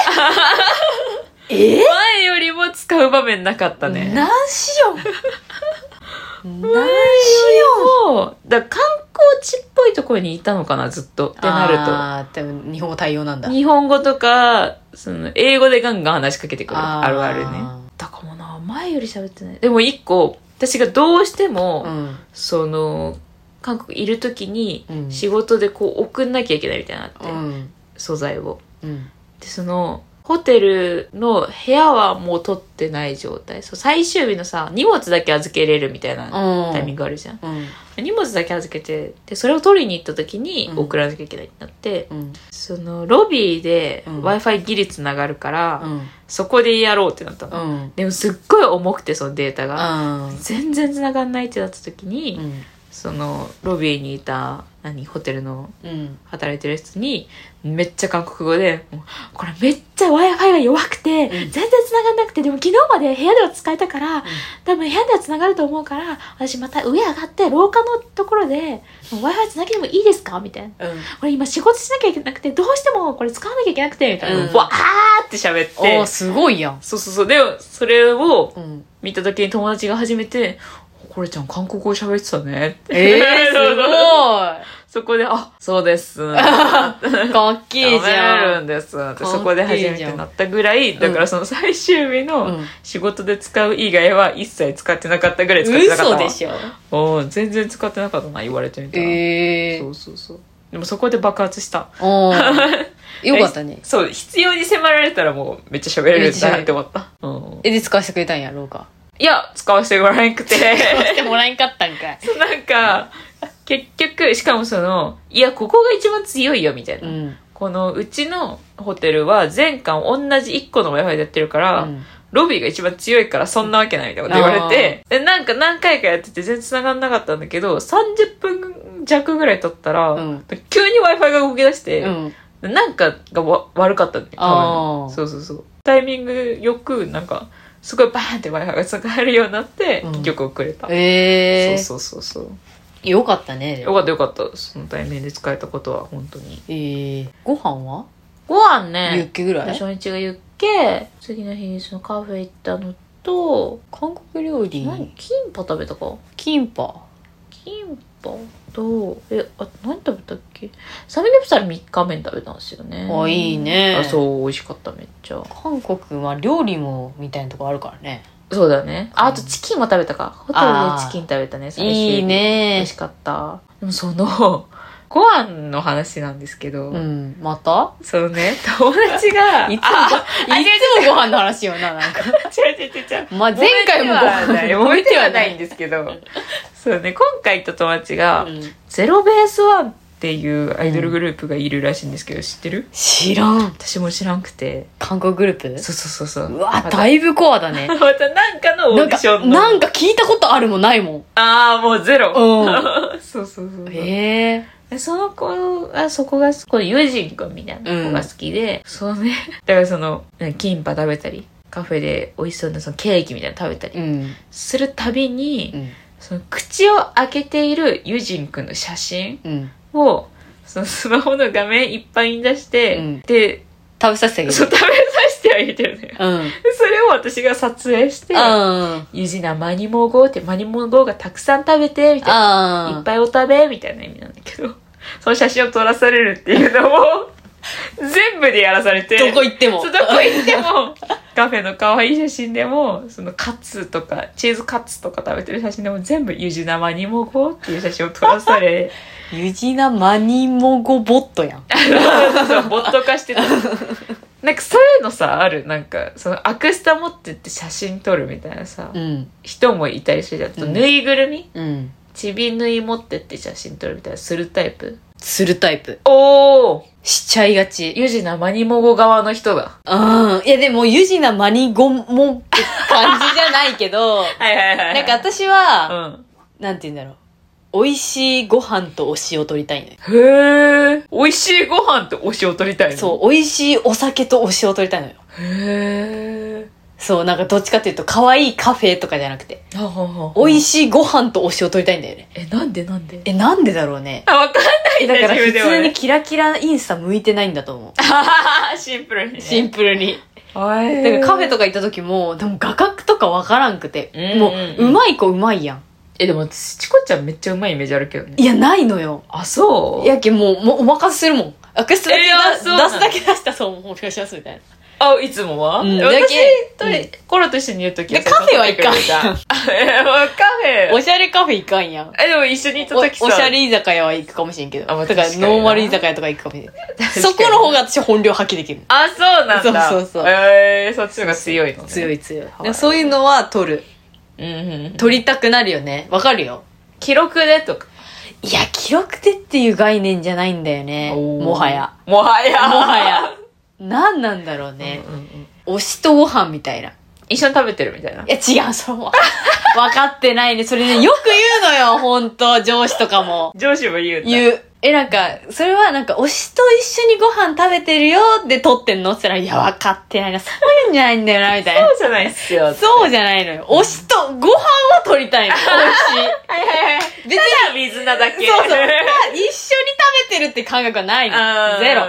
[SPEAKER 2] え
[SPEAKER 3] 前よりも使う場面なかったね。
[SPEAKER 2] 何しよ ん何しよ
[SPEAKER 3] もう、だから観光地っぽいところにいたのかな、ずっと。ってな
[SPEAKER 2] あーでも日本語対応なん
[SPEAKER 3] る
[SPEAKER 2] だ
[SPEAKER 3] と。日本語とか、その、英語でガンガン話しかけてくる。あ
[SPEAKER 2] ー
[SPEAKER 3] るあるね。だからもうな、前より喋ってない。でも一個、私がどうしても、
[SPEAKER 2] うん
[SPEAKER 3] その、韓国いるときに
[SPEAKER 2] う、ん
[SPEAKER 3] 仕事でこう送んなきゃいけないみたいなの
[SPEAKER 2] う
[SPEAKER 3] あって、
[SPEAKER 2] ん
[SPEAKER 3] 素材を。
[SPEAKER 2] うん
[SPEAKER 3] でそのホテルの部屋はもう取ってない状態そう最終日のさ荷物だけ預けれるみたいな
[SPEAKER 2] うん
[SPEAKER 3] タイミングあるじゃん、
[SPEAKER 2] うん
[SPEAKER 3] 荷物だけ預けてでそれを取りに行った時に
[SPEAKER 2] うん
[SPEAKER 3] 送らなきゃいけないってなって、
[SPEAKER 2] うん
[SPEAKER 3] そのロビーで
[SPEAKER 2] うん
[SPEAKER 3] w i f i ギリつながるから、
[SPEAKER 2] うん
[SPEAKER 3] そこでやろうってなった
[SPEAKER 2] う
[SPEAKER 3] の、
[SPEAKER 2] ん
[SPEAKER 3] でもすっごい重くてそのデータが、
[SPEAKER 2] あ
[SPEAKER 3] 全然つながんないってなった時に、
[SPEAKER 2] ーうん
[SPEAKER 3] そのロビーにいた何ホテルの
[SPEAKER 2] うん
[SPEAKER 3] 働いてる人にめっちゃ韓国語で「もうこれめっちゃ w i f i が弱くて、全然繋がんなくてでも昨日まで部屋では使えたから、多分部屋では繋がると思うから私また上上がって廊下のところで w i f i 繋げてもいいですか?」みたい
[SPEAKER 2] う
[SPEAKER 3] な
[SPEAKER 2] ん
[SPEAKER 3] 「これ今仕事しなきゃいけなくてどうしてもこれ使わなきゃいけなくて」みたいな、
[SPEAKER 2] うん
[SPEAKER 3] わーって喋っ
[SPEAKER 2] おー
[SPEAKER 3] て
[SPEAKER 2] すごいやん
[SPEAKER 3] そうそうそうでもそれを
[SPEAKER 2] うん
[SPEAKER 3] 見た時に友達が初めて「これちゃん韓国語喋ってたね」って
[SPEAKER 2] えー、 すご
[SPEAKER 3] そこで「あそうです」
[SPEAKER 2] いかっけえじ
[SPEAKER 3] 舐め
[SPEAKER 2] ゃ
[SPEAKER 3] る
[SPEAKER 2] ん
[SPEAKER 3] んです
[SPEAKER 2] いいじゃん
[SPEAKER 3] そこで初めてなったぐらいだからその最終日
[SPEAKER 2] う
[SPEAKER 3] の
[SPEAKER 2] ん
[SPEAKER 3] 仕事で使う以外は一切使ってなかったぐらい使ってなかった
[SPEAKER 2] 嘘
[SPEAKER 3] わ
[SPEAKER 2] でしょ
[SPEAKER 3] おう全然使ってなかったな言われてみたら、
[SPEAKER 2] え
[SPEAKER 3] そうそうそうでもそこで爆発した
[SPEAKER 2] おーよかったね
[SPEAKER 3] えそう必要に迫られたらもうめっちゃ喋れるんだなって思った、うん、
[SPEAKER 2] えで使わせてくれたんやろうか
[SPEAKER 3] いや使わせてもらえ なくて
[SPEAKER 2] 使わせてもらえんかったんかい
[SPEAKER 3] なんか結局しかもそのいやここが一番強いよみたいな、
[SPEAKER 2] うん
[SPEAKER 3] このうちのホテルは全館同じ1個の w i f i でやってるから、ロビーが一番強いからそんなわけないみたいなこと言われて、でなんか何回かやってて全然繋がんなかったんだけど、30分弱ぐらい経ったら、
[SPEAKER 2] うん
[SPEAKER 3] 急に Wi-Fi が動き出して、
[SPEAKER 2] うん
[SPEAKER 3] なんかがわ悪かったんだよ、多
[SPEAKER 2] あー
[SPEAKER 3] 分。そうそうそう。タイミングよく、なんか、すごいバーンって Wi-Fi が繋がるようになって、
[SPEAKER 2] うん
[SPEAKER 3] 結局遅れた。
[SPEAKER 2] ええー、
[SPEAKER 3] そうそうそうそう。
[SPEAKER 2] よかったねで
[SPEAKER 3] よ
[SPEAKER 2] も
[SPEAKER 3] かったよかった。その対面で使えたことは本当に。
[SPEAKER 2] えー、ご飯は
[SPEAKER 3] ご飯
[SPEAKER 2] ユッ。ケぐらい
[SPEAKER 3] 初日がユッケ、次の日にそのカフェ行ったのと、
[SPEAKER 2] 韓国料理
[SPEAKER 3] 何キンパ食べたか
[SPEAKER 2] キンパ
[SPEAKER 3] キンパとえあ何食べたっけサムギョプサル3日麺食べたんですよね
[SPEAKER 2] あいいね
[SPEAKER 3] あそう美味しかっためっちゃ
[SPEAKER 2] 韓国は料理もみたいなとこあるからね
[SPEAKER 3] そうだねああとチキンも食べたかホテルでチキン食べたね最終日
[SPEAKER 2] いい
[SPEAKER 3] 美
[SPEAKER 2] ね
[SPEAKER 3] 味しかったでもその ご飯の話なんですけど、
[SPEAKER 2] うんまた
[SPEAKER 3] そのね友達が
[SPEAKER 2] いつも
[SPEAKER 3] あ
[SPEAKER 2] いつもご飯の話よななんか
[SPEAKER 3] 違う違う違う違う
[SPEAKER 2] まあ前回もご
[SPEAKER 3] 揉めてはない
[SPEAKER 2] 飯
[SPEAKER 3] 揉めてはないんですけどそうね今回行った友達が、
[SPEAKER 2] うん
[SPEAKER 3] ゼロベースワンっていうアイドルグループがいるらしいんですけど、知ってる
[SPEAKER 2] 知らん
[SPEAKER 3] 私も知らんくて
[SPEAKER 2] 韓国グループ
[SPEAKER 3] そうそうそうそう
[SPEAKER 2] うわ
[SPEAKER 3] また
[SPEAKER 2] だいぶコアだね
[SPEAKER 3] またなんか のオ
[SPEAKER 2] な
[SPEAKER 3] ー
[SPEAKER 2] ん
[SPEAKER 3] ディ
[SPEAKER 2] か
[SPEAKER 3] ショ、ンの
[SPEAKER 2] なんか聞いたことあるもんないも
[SPEAKER 3] ああもうゼロ
[SPEAKER 2] う。
[SPEAKER 3] そうそうそうん
[SPEAKER 2] へえ。
[SPEAKER 3] でその子はそこがこのユジン君みたいな子が好きで、そうねだからそのねキンパ食べたりカフェで美味しそうなそのケーキみたいなの食べたり
[SPEAKER 2] うん。
[SPEAKER 3] するたびに、
[SPEAKER 2] うん
[SPEAKER 3] その口を開けているユジンくんの写真
[SPEAKER 2] うん。
[SPEAKER 3] を、そのスマホの画面いっぱいに出して、
[SPEAKER 2] うん
[SPEAKER 3] で、
[SPEAKER 2] 食べさせてあげ
[SPEAKER 3] そう
[SPEAKER 2] る。
[SPEAKER 3] 食べさせてあげてるのよ。
[SPEAKER 2] うん。
[SPEAKER 3] でそれを私が撮影して、
[SPEAKER 2] あ
[SPEAKER 3] ユジナマニモゴーってマニモゴーがたくさん食べて、みたいな。いっ
[SPEAKER 2] あ。
[SPEAKER 3] ぱいお食べ、みたいな意味なんだけど、その写真を撮らされるっていうの を、全部でやらされて。
[SPEAKER 2] どこ行っても。
[SPEAKER 3] そうどこ行ってもカフェの可愛い写真でもそのカツとかチーズカツとか食べてる写真でも全部ゆじ生にもごっていう写真を撮らされ
[SPEAKER 2] ユジナマニモゴボットやん。
[SPEAKER 3] そうボット化してたなんかそういうのさあるなんかそのアクスタ持ってって写真撮るみたいなさ、
[SPEAKER 2] うん。
[SPEAKER 3] 人もいたりするじゃんあと
[SPEAKER 2] うん
[SPEAKER 3] ぬいぐるみ
[SPEAKER 2] うん。
[SPEAKER 3] ちびぬい持ってって写真撮るみたいなするタイプ
[SPEAKER 2] するタイプ。
[SPEAKER 3] おお
[SPEAKER 2] しちゃいがち。
[SPEAKER 3] ゆじ生にもご側の人だ
[SPEAKER 2] うん。いやでも、ユジナマニゴモって感じじゃないけ ど、
[SPEAKER 3] はいはいは
[SPEAKER 2] なんか私
[SPEAKER 3] う
[SPEAKER 2] は、
[SPEAKER 3] ん
[SPEAKER 2] なんて言うんだろう。美味しいご飯とお塩を取りたいのよ。
[SPEAKER 3] へえ。美味しいご飯とお塩取りたいの
[SPEAKER 2] そう、美味しいお酒とお塩を取りたいのよ。
[SPEAKER 3] う。へえ。
[SPEAKER 2] そう、なんかどっちかっていうと、可愛いカフェとかじゃなくて、
[SPEAKER 3] ははは
[SPEAKER 2] 美味
[SPEAKER 3] しい。
[SPEAKER 2] しいご飯とお塩を取りたいんだよね。
[SPEAKER 3] え、なんでなんで
[SPEAKER 2] え、なんでだろうね。
[SPEAKER 3] あ、わかんない
[SPEAKER 2] え、
[SPEAKER 3] ね
[SPEAKER 2] だから普
[SPEAKER 3] 自分でも
[SPEAKER 2] 通に
[SPEAKER 3] ね
[SPEAKER 2] キラキラインスタ向いてないんだと思う。
[SPEAKER 3] シンプルに、ね。
[SPEAKER 2] シンプルに。
[SPEAKER 3] はい。
[SPEAKER 2] だからカフェとか行った時も、でも画角とかわからんくて
[SPEAKER 3] うんうんう。ん
[SPEAKER 2] もう、うまい子うまいやん。
[SPEAKER 3] え、でも、チコちゃんめっちゃうまいイメージあるけどね。
[SPEAKER 2] いや、ないのよ。
[SPEAKER 3] あ、そう
[SPEAKER 2] いやけんもう、もうお任せするもん。アクスだけ
[SPEAKER 3] えーあ
[SPEAKER 2] 出
[SPEAKER 3] そうなの
[SPEAKER 2] す、出すだけ出したそう、お願いします、みたいな。
[SPEAKER 3] あ、いつもは、
[SPEAKER 2] うんだ
[SPEAKER 3] 私
[SPEAKER 2] け
[SPEAKER 3] と、コロと一緒にいるとき
[SPEAKER 2] でカフェはいかん
[SPEAKER 3] あ、 えもうカフ
[SPEAKER 2] お
[SPEAKER 3] ェ。
[SPEAKER 2] しゃれカフェ行かんやん。
[SPEAKER 3] え、でも一緒にいた
[SPEAKER 2] お
[SPEAKER 3] ときさ。
[SPEAKER 2] おしゃれ居酒屋は行くかもしれんけど。
[SPEAKER 3] あまあ
[SPEAKER 2] だから
[SPEAKER 3] 確かにな
[SPEAKER 2] ノーマル居酒屋とか行くかもしれん。
[SPEAKER 3] 確か
[SPEAKER 2] そ
[SPEAKER 3] に
[SPEAKER 2] この方が私本領発揮できる。
[SPEAKER 3] あ、そうなんだ。
[SPEAKER 2] そうそうそう
[SPEAKER 3] えー、そっちの方が強いのね。
[SPEAKER 2] 強い強い。
[SPEAKER 3] い
[SPEAKER 2] でそういうのは取る。
[SPEAKER 3] うんうんうん。
[SPEAKER 2] 取りたくなるよね。わかるよ。
[SPEAKER 3] 記録でとか。
[SPEAKER 2] いや、記録でっていう概念じゃないんだよね。
[SPEAKER 3] おー
[SPEAKER 2] もはや。。
[SPEAKER 3] もはや。
[SPEAKER 2] もはや。なんなんだろうね。
[SPEAKER 3] うんうんうん
[SPEAKER 2] 推しとご飯みたいな。い
[SPEAKER 3] 一緒に食べてるみたいな。
[SPEAKER 2] や、違う、それ も。分かってないね。それね、よく言うのよ、ほんと。上司とかも。
[SPEAKER 3] 上司も言うう。
[SPEAKER 2] 言う。え、なんか、それはなんか、推しと一緒にご飯食べてるよって撮ってんのって言ったら、いや、分かってないな。そういうんじゃないんだよな、みたいな
[SPEAKER 3] そ。うじゃないっすよ。
[SPEAKER 2] そうじゃないのよ。推しとご飯を取りた いの。推し。
[SPEAKER 3] はいはいはい。
[SPEAKER 2] 別に
[SPEAKER 3] ただ水菜だ
[SPEAKER 2] そう
[SPEAKER 3] け。
[SPEAKER 2] そう。まあ一緒に食べてるって感覚はないの。ゼロ。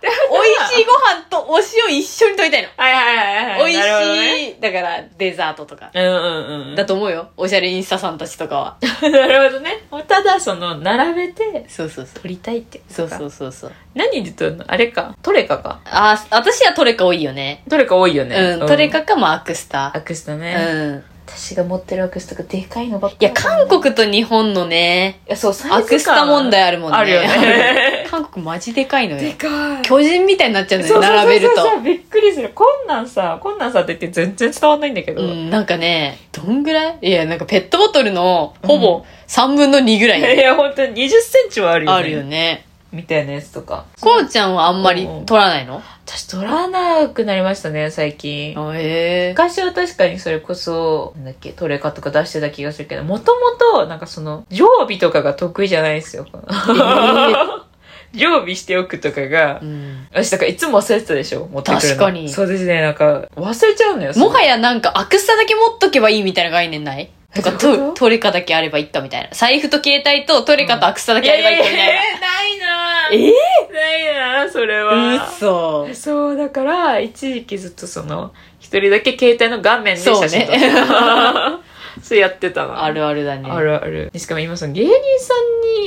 [SPEAKER 3] ゼロ
[SPEAKER 2] 美味しいご飯とお塩一緒に取りたいの。
[SPEAKER 3] はいはいはいはい。
[SPEAKER 2] 美
[SPEAKER 3] なるほどね
[SPEAKER 2] 味しい、だからデザートとか。
[SPEAKER 3] うんうんうん。
[SPEAKER 2] だと思うよ。おしゃれインスタさんたちとかは。
[SPEAKER 3] なるほどね。ただその、並べて、
[SPEAKER 2] そうそうそう。
[SPEAKER 3] 取りたいって。。
[SPEAKER 2] そうそううそうそう。
[SPEAKER 3] 何で取るのあれか。トレカか。
[SPEAKER 2] あー、私はトレカ多いよね。
[SPEAKER 3] トレカ多いよね。
[SPEAKER 2] うん。トレ。カかまあアクス
[SPEAKER 3] ア
[SPEAKER 2] タ。
[SPEAKER 3] クスタ
[SPEAKER 2] う
[SPEAKER 3] ね。
[SPEAKER 2] ん。
[SPEAKER 3] 私が持ってるアクスタがでかいのばっか
[SPEAKER 2] い
[SPEAKER 3] り。
[SPEAKER 2] や、韓国と日本のね、
[SPEAKER 3] いや、そう、サイズ
[SPEAKER 2] アクスタ問題あるもんね。
[SPEAKER 3] あるよね。
[SPEAKER 2] 韓国マジでかいの
[SPEAKER 3] で
[SPEAKER 2] よ。
[SPEAKER 3] かい。
[SPEAKER 2] 巨人みたいになっちゃうの
[SPEAKER 3] そ
[SPEAKER 2] よ、
[SPEAKER 3] うそうそうそう
[SPEAKER 2] 並べると。
[SPEAKER 3] びっくりする。こんなんさ、こんなんさって言って全然伝わんないんだけど。
[SPEAKER 2] うん、なんかね、どんぐらいいや、なんかペットボトルのほ
[SPEAKER 3] う
[SPEAKER 2] ぼ3分の2ぐらい
[SPEAKER 3] い
[SPEAKER 2] ね、
[SPEAKER 3] や、本当に20センチはあるよね。
[SPEAKER 2] あるよね。
[SPEAKER 3] みたいなやつとか。
[SPEAKER 2] こうちゃんはあんまり取らないの
[SPEAKER 3] 私取らなくなりましたね、最近。
[SPEAKER 2] あへえ。
[SPEAKER 3] 昔は確かにそれこそ、なんだっけ、トレカとか出してた気がするけど、もともと、なんかその、常備とかが得意じゃないんですよ。 常備しておくとかが
[SPEAKER 2] う、ん
[SPEAKER 3] 私、だからいつも忘れてたでしょ持ってくるの。
[SPEAKER 2] 確かに
[SPEAKER 3] そうですね、なんか、忘れちゃうのよ。
[SPEAKER 2] もはやなんかアクスタだけ持っとけばいいみたいな概念ないとか、
[SPEAKER 3] どういうこと
[SPEAKER 2] トトレカだけあればいいかみたいな。財布と携帯とトレカとアクスタだ
[SPEAKER 3] い
[SPEAKER 2] けあ
[SPEAKER 3] や
[SPEAKER 2] れ
[SPEAKER 3] い
[SPEAKER 2] ば
[SPEAKER 3] や
[SPEAKER 2] い
[SPEAKER 3] い
[SPEAKER 2] いかみたいな。
[SPEAKER 3] や、な
[SPEAKER 2] え
[SPEAKER 3] いなぁ。ないなぁ、それは。
[SPEAKER 2] うっそ。
[SPEAKER 3] そう、だから、一時期ずっとその、一人だけ携帯の画面で写真撮って
[SPEAKER 2] そうね
[SPEAKER 3] た。 そうやってたな。
[SPEAKER 2] あるあるだね。
[SPEAKER 3] あるある。しかも今その芸人さ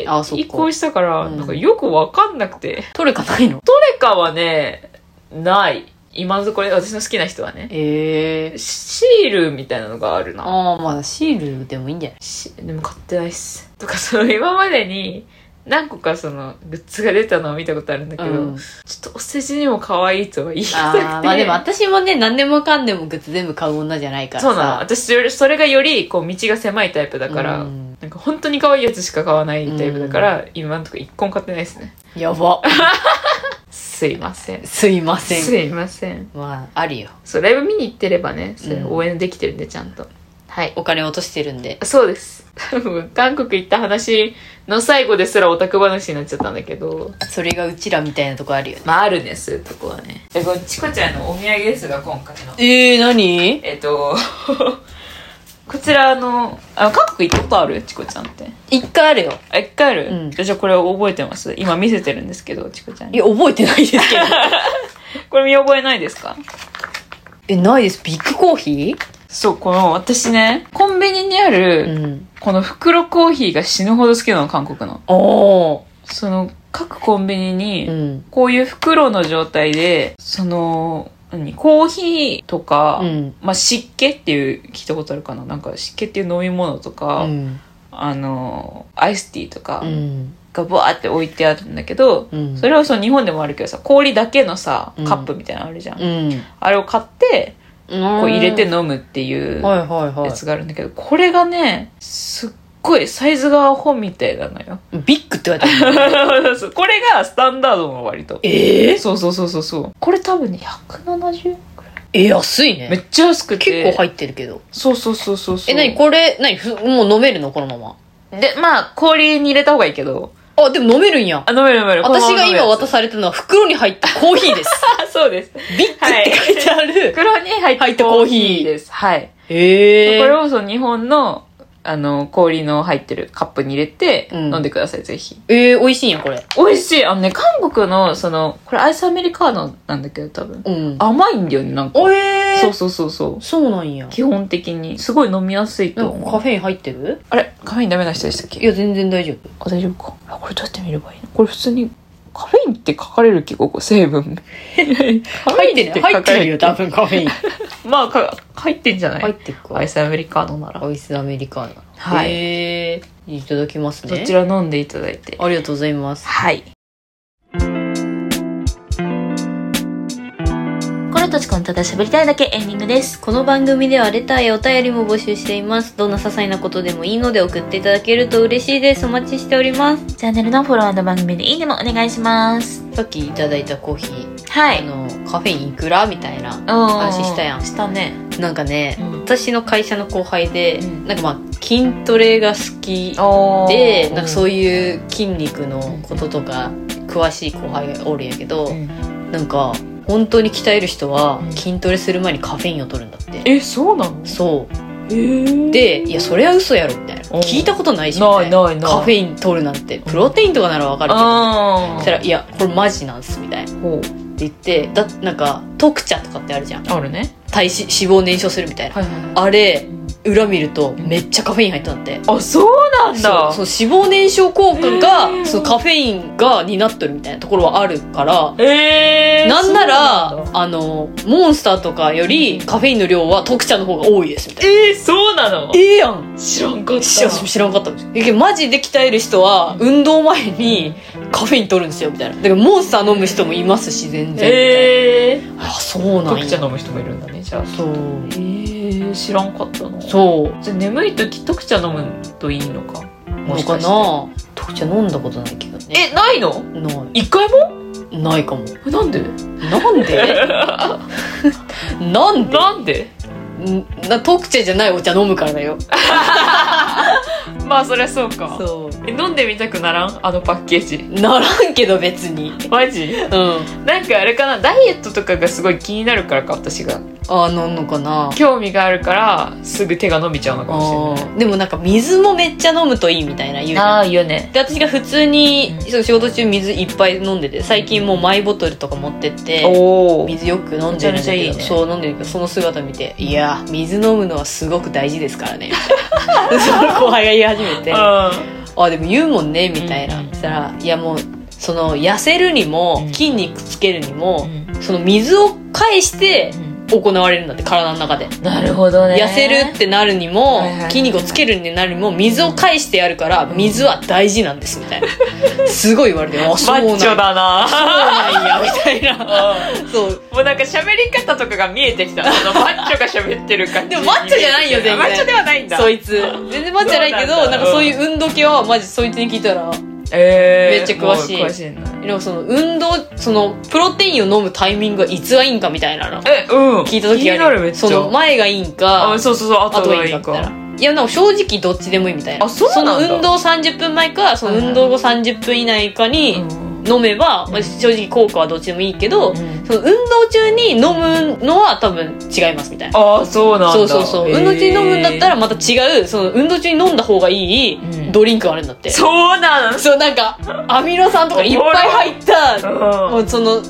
[SPEAKER 2] あ
[SPEAKER 3] ん
[SPEAKER 2] そっ
[SPEAKER 3] に
[SPEAKER 2] か
[SPEAKER 3] 移行したから、
[SPEAKER 2] うん
[SPEAKER 3] なんかよくわかんなくて。
[SPEAKER 2] トレカないの
[SPEAKER 3] トレカはね、ない。今のところ私の好きな人はね。
[SPEAKER 2] ええ。
[SPEAKER 3] シールみたいなのがあるな。
[SPEAKER 2] ああ、まあシールでもいいんじゃない
[SPEAKER 3] しでも買ってないっす。とか、その今までに何個かそのグッズが出たのを見たことあるんだけど、
[SPEAKER 2] うん
[SPEAKER 3] ちょっとお世辞にも可愛いとは言いたくて。
[SPEAKER 2] ああ、まあでも私もね、何でもかんでもグッズ全部買う女じゃないからさ。
[SPEAKER 3] そうなの。私より、それがより、こう、道が狭いタイプだから、
[SPEAKER 2] うん
[SPEAKER 3] なんか本当に可愛いやつしか買わないタイプだから、今んとこ一個も買ってないですね。
[SPEAKER 2] やば。
[SPEAKER 3] すいません。
[SPEAKER 2] すいません。
[SPEAKER 3] すいません。
[SPEAKER 2] まあ、あるよ。
[SPEAKER 3] そう、ライブ見に行ってればね、それ
[SPEAKER 2] うん
[SPEAKER 3] 応援できてるんで、ちゃんと。はい。
[SPEAKER 2] お金落としてるんで。
[SPEAKER 3] そうです。多分、韓国行った話の最後ですらオタク話になっちゃったんだけど、
[SPEAKER 2] それがうちらみたいなとこあるよね。
[SPEAKER 3] まあ、あるね、そういうとこはね。え、これ、チコちゃんのお土産ですが、今回の。
[SPEAKER 2] えー、何
[SPEAKER 3] えっと、 こちらあのあ韓国行ったことあるチコちゃんって
[SPEAKER 2] 一回あるよ。
[SPEAKER 3] あ一回ある、
[SPEAKER 2] うん
[SPEAKER 3] じゃあこれ覚えてます今見せてるんですけ どチコちゃん
[SPEAKER 2] い
[SPEAKER 3] に
[SPEAKER 2] や、覚えてないですけど。
[SPEAKER 3] これ見覚えないですか
[SPEAKER 2] え、ないです。ビッグコーヒ
[SPEAKER 3] そうこの私ねコンビニにあ
[SPEAKER 2] ー
[SPEAKER 3] る、
[SPEAKER 2] うん。
[SPEAKER 3] この袋コーヒーが死ぬほど好きなの韓国の
[SPEAKER 2] お
[SPEAKER 3] その各コンビニに、
[SPEAKER 2] ー。うん。
[SPEAKER 3] こういう袋の状態で、その、何コーヒーとか、
[SPEAKER 2] うん。
[SPEAKER 3] まあ、湿気っていう、聞いたことあるかななんか湿気っていう飲み物とか、
[SPEAKER 2] うん。
[SPEAKER 3] あの、アイスティーとか
[SPEAKER 2] うん。
[SPEAKER 3] がブワーって置いてあるんだけど、
[SPEAKER 2] うん。
[SPEAKER 3] それはその日本でもあるけどさ、氷だけのさ
[SPEAKER 2] うん、
[SPEAKER 3] カップみたいなのあるじゃん。
[SPEAKER 2] うん。
[SPEAKER 3] あれを買って、こ
[SPEAKER 2] こ
[SPEAKER 3] う入れて飲むっていう
[SPEAKER 2] はい
[SPEAKER 3] や
[SPEAKER 2] はいは
[SPEAKER 3] つがあるんだけど、これがね、すっごいサイズがアホみたいなのよ。
[SPEAKER 2] い。ビッグって言われた。
[SPEAKER 3] そうこれがスタンダードの割と。
[SPEAKER 2] えー
[SPEAKER 3] そうそうそうそうそう。これ多分ね、170?
[SPEAKER 2] え、安いね。
[SPEAKER 3] めっちゃ安くて。
[SPEAKER 2] 結構入ってるけど。
[SPEAKER 3] そうそうそうそうそう。
[SPEAKER 2] え、なにこれ、なにふもう飲めるのこのま
[SPEAKER 3] で、まあ、氷に入れた方がいいけど。
[SPEAKER 2] ま。あ、でも飲めるんや。
[SPEAKER 3] あ、飲める飲める。
[SPEAKER 2] 私が今渡
[SPEAKER 3] 私
[SPEAKER 2] されたのは袋に入ったコーヒーです。
[SPEAKER 3] あ、そうです。
[SPEAKER 2] ビッグって書いてある。
[SPEAKER 3] 袋に入った
[SPEAKER 2] 入ったコーヒー
[SPEAKER 3] です。はい。
[SPEAKER 2] へえ。
[SPEAKER 3] これをその日本の、あの、氷の入ってるカップに入れて、
[SPEAKER 2] うん
[SPEAKER 3] 飲んでください、ぜひ。
[SPEAKER 2] えー、美味しいんや、これ。
[SPEAKER 3] 美味しい。あのね、韓国の、その、これアイスアメリカーノなんだけど、多分。
[SPEAKER 2] うん。あ、
[SPEAKER 3] 甘いんだよね、なんか。
[SPEAKER 2] えー。
[SPEAKER 3] そうそうそうそう。
[SPEAKER 2] そうなんや。
[SPEAKER 3] 基本的に。すごい飲みやすい
[SPEAKER 2] な
[SPEAKER 3] と
[SPEAKER 2] んかカ
[SPEAKER 3] 思う。
[SPEAKER 2] フェイン入ってる
[SPEAKER 3] あれカフェインダメな人でしたっけ
[SPEAKER 2] いや、全然大丈夫。
[SPEAKER 3] あ、大丈夫か。あ、これどうやって見ればいいのこれ普通に、カフェインって書かれるっけここ、成 分。入
[SPEAKER 2] 入ってる入ってるよ、多分カフェイン。
[SPEAKER 3] まあ、か入ってんじゃない、
[SPEAKER 2] 入ってく
[SPEAKER 3] ア
[SPEAKER 2] わ
[SPEAKER 3] イ。スアメリカーノなら。
[SPEAKER 2] アイスアメリカーナ。
[SPEAKER 3] はい
[SPEAKER 2] へえー。いただきます
[SPEAKER 3] そ
[SPEAKER 2] ね。
[SPEAKER 3] ちら飲んでいただいて。
[SPEAKER 2] ありがとうございます。
[SPEAKER 3] はい。
[SPEAKER 4] コロとチコのただ喋りたいだけエンディングです
[SPEAKER 2] この番組ではレターやお便りも募集しています。どんな些細なことでもいいので送っていただけると嬉しいです。お待ちしております。
[SPEAKER 4] チャンネルのフォロー番組でいいねもお願いします
[SPEAKER 2] さっきいただいたコーヒー、
[SPEAKER 4] は
[SPEAKER 2] あの、カフェインいくらみたいな。
[SPEAKER 3] 話
[SPEAKER 2] 話したやん
[SPEAKER 3] したね。
[SPEAKER 2] なんかね、
[SPEAKER 3] うん
[SPEAKER 2] 私の会社の後輩で、
[SPEAKER 3] うん
[SPEAKER 2] なんかまあ、筋トレが好き
[SPEAKER 3] お
[SPEAKER 2] で、なんかそう
[SPEAKER 3] いう
[SPEAKER 2] いう筋肉のこととか、詳しい後輩がおるんやけど、なんか、本当に鍛える人は
[SPEAKER 3] うん
[SPEAKER 2] 筋トレする前にカフェインを取るんだって。
[SPEAKER 3] え、そうなの
[SPEAKER 2] そう。
[SPEAKER 3] えー
[SPEAKER 2] で、いや、それは嘘やろ、みたいな。
[SPEAKER 3] うん
[SPEAKER 2] 聞いたことないし、み
[SPEAKER 3] な
[SPEAKER 2] た
[SPEAKER 3] い
[SPEAKER 2] いな。
[SPEAKER 3] ないない。
[SPEAKER 2] カフ
[SPEAKER 3] イン
[SPEAKER 2] ェイン取るなんて、プロテインとかならわかるけど、
[SPEAKER 3] あ
[SPEAKER 2] そ
[SPEAKER 3] あ。
[SPEAKER 2] したら、いや、これマジなんす、みたいな。
[SPEAKER 3] ほ
[SPEAKER 2] っ
[SPEAKER 3] う
[SPEAKER 2] て言って、だ、なんか、特茶とかってあるじゃん。
[SPEAKER 3] あるね。
[SPEAKER 2] 体脂脂肪を燃焼するみたいな。
[SPEAKER 3] はいはい。
[SPEAKER 2] あれ、裏見ると、めっちゃカフェイン入ったんだって。
[SPEAKER 3] あ、そうなんだ。
[SPEAKER 2] そうそう脂肪燃焼効果
[SPEAKER 3] へ
[SPEAKER 2] が
[SPEAKER 3] ー
[SPEAKER 2] そのカフェインが担っとるみたいなところはあるから、
[SPEAKER 3] えー、
[SPEAKER 2] なんなら
[SPEAKER 3] そうなんだ
[SPEAKER 2] あのモンスターとかよりカフェインの量は特茶の方が多いですみたいな。
[SPEAKER 3] えー、そうなの
[SPEAKER 2] ええやん
[SPEAKER 3] 知らんかった。
[SPEAKER 2] 知ら知らんかったんですよ。マジで鍛える人は運動前にカフェイン取るんですよみたいな。だからモンスター飲む人もいますし全然。
[SPEAKER 3] えー。
[SPEAKER 2] あそうなん
[SPEAKER 3] 特茶
[SPEAKER 2] や。
[SPEAKER 3] 飲む人もいるんだね、じゃあ。
[SPEAKER 2] そう
[SPEAKER 3] えー、知らんかったな。
[SPEAKER 2] そう。
[SPEAKER 3] じゃあ眠い時特茶飲むといいのか
[SPEAKER 2] の
[SPEAKER 3] もし
[SPEAKER 2] か
[SPEAKER 3] かして
[SPEAKER 2] な特茶飲んだことないけどね。
[SPEAKER 3] えないの
[SPEAKER 2] えない。
[SPEAKER 3] 一回も
[SPEAKER 2] ないかも。
[SPEAKER 3] えなんで
[SPEAKER 2] なんで なんで
[SPEAKER 3] なんで
[SPEAKER 2] んな特茶じゃないお茶飲むからだよ
[SPEAKER 3] まあそりゃそうか
[SPEAKER 2] そ
[SPEAKER 3] え飲んでみたくならんあのパッケージ
[SPEAKER 2] うならんけど別 に
[SPEAKER 3] マジ
[SPEAKER 2] うん
[SPEAKER 3] なんかあれかなダイエットとかがすごい気になるからか私が
[SPEAKER 2] あなんのかな
[SPEAKER 3] 興味があるからすぐ手が伸びちゃうのか
[SPEAKER 2] あ
[SPEAKER 3] もしれ
[SPEAKER 2] ーでもなんか水もめっちゃ飲むといいみたいな言うじ
[SPEAKER 3] ないあ
[SPEAKER 2] ゃん
[SPEAKER 3] あいいよね
[SPEAKER 2] で私が普通に
[SPEAKER 3] うん
[SPEAKER 2] その仕事中水いっぱい飲んでて最近もうマイボトルとか持ってって
[SPEAKER 3] おお
[SPEAKER 2] 水よく飲んでるんだけど
[SPEAKER 3] めちゃめちゃいいね
[SPEAKER 2] そう飲んでるけどその姿見て「いや水飲むのはすごく大事ですからね」み たいなその後輩が言い始めてあでも言うもんねみたいな、
[SPEAKER 3] うん
[SPEAKER 2] そしたらいやもうその痩せるにも
[SPEAKER 3] うん
[SPEAKER 2] 筋肉つけるにも、その水を介して行われるんだって体の中で、
[SPEAKER 3] なるほどね
[SPEAKER 2] 痩せるってなるにも、
[SPEAKER 3] はいはいはい
[SPEAKER 2] 筋肉をつけるになるにも水を介してやるから水は大事なんですみたいなすごい言われてあそ
[SPEAKER 3] マ
[SPEAKER 2] うなん
[SPEAKER 3] ッチョだ
[SPEAKER 2] そう
[SPEAKER 3] な
[SPEAKER 2] なんやみた いなそう
[SPEAKER 3] もうなんか喋り方とかが見えてき たそのマッチョが喋ってる感じ
[SPEAKER 2] でもマッチョじゃないよ全然
[SPEAKER 3] マッチョではないんだ
[SPEAKER 2] そいつ全然マッチョじゃないけど
[SPEAKER 3] そ
[SPEAKER 2] な
[SPEAKER 3] うなんんだ
[SPEAKER 2] かそういう運動系はマジそいつに聞いたら
[SPEAKER 3] えー
[SPEAKER 2] めっちゃ詳しい
[SPEAKER 3] もう詳しいな
[SPEAKER 2] なんかその運動そのプロテインを飲むタイミングはいつがいいんかみたいなの
[SPEAKER 3] えうん
[SPEAKER 2] 聞いた時
[SPEAKER 3] 気に
[SPEAKER 2] あ
[SPEAKER 3] な
[SPEAKER 2] る
[SPEAKER 3] るめっちゃ
[SPEAKER 2] その前がいいんか
[SPEAKER 3] あそうそうそうあ
[SPEAKER 2] 後
[SPEAKER 3] と
[SPEAKER 2] が
[SPEAKER 3] はい
[SPEAKER 2] い
[SPEAKER 3] い
[SPEAKER 2] んかみ
[SPEAKER 3] か
[SPEAKER 2] たいないやなんか正直どっちでもいいみたいな
[SPEAKER 3] あそうなんだ
[SPEAKER 2] その運動30分前かその運動後30分以内かに
[SPEAKER 3] うん
[SPEAKER 2] 飲めば、まあ正直効果はどっちでもいいけど、
[SPEAKER 3] うん
[SPEAKER 2] その運動中に飲むのは多分違いますみたいな。
[SPEAKER 3] ああそうなんだ
[SPEAKER 2] そうそうそう。
[SPEAKER 3] へー
[SPEAKER 2] 運動中に飲むんだったらまた違う、その運動中に飲んだ方がいい
[SPEAKER 3] うん
[SPEAKER 2] ドリンクがあるんだって。
[SPEAKER 3] そうなん
[SPEAKER 2] そう、なんか、アミノ酸とかいっぱい入った、も
[SPEAKER 3] うん
[SPEAKER 2] うその、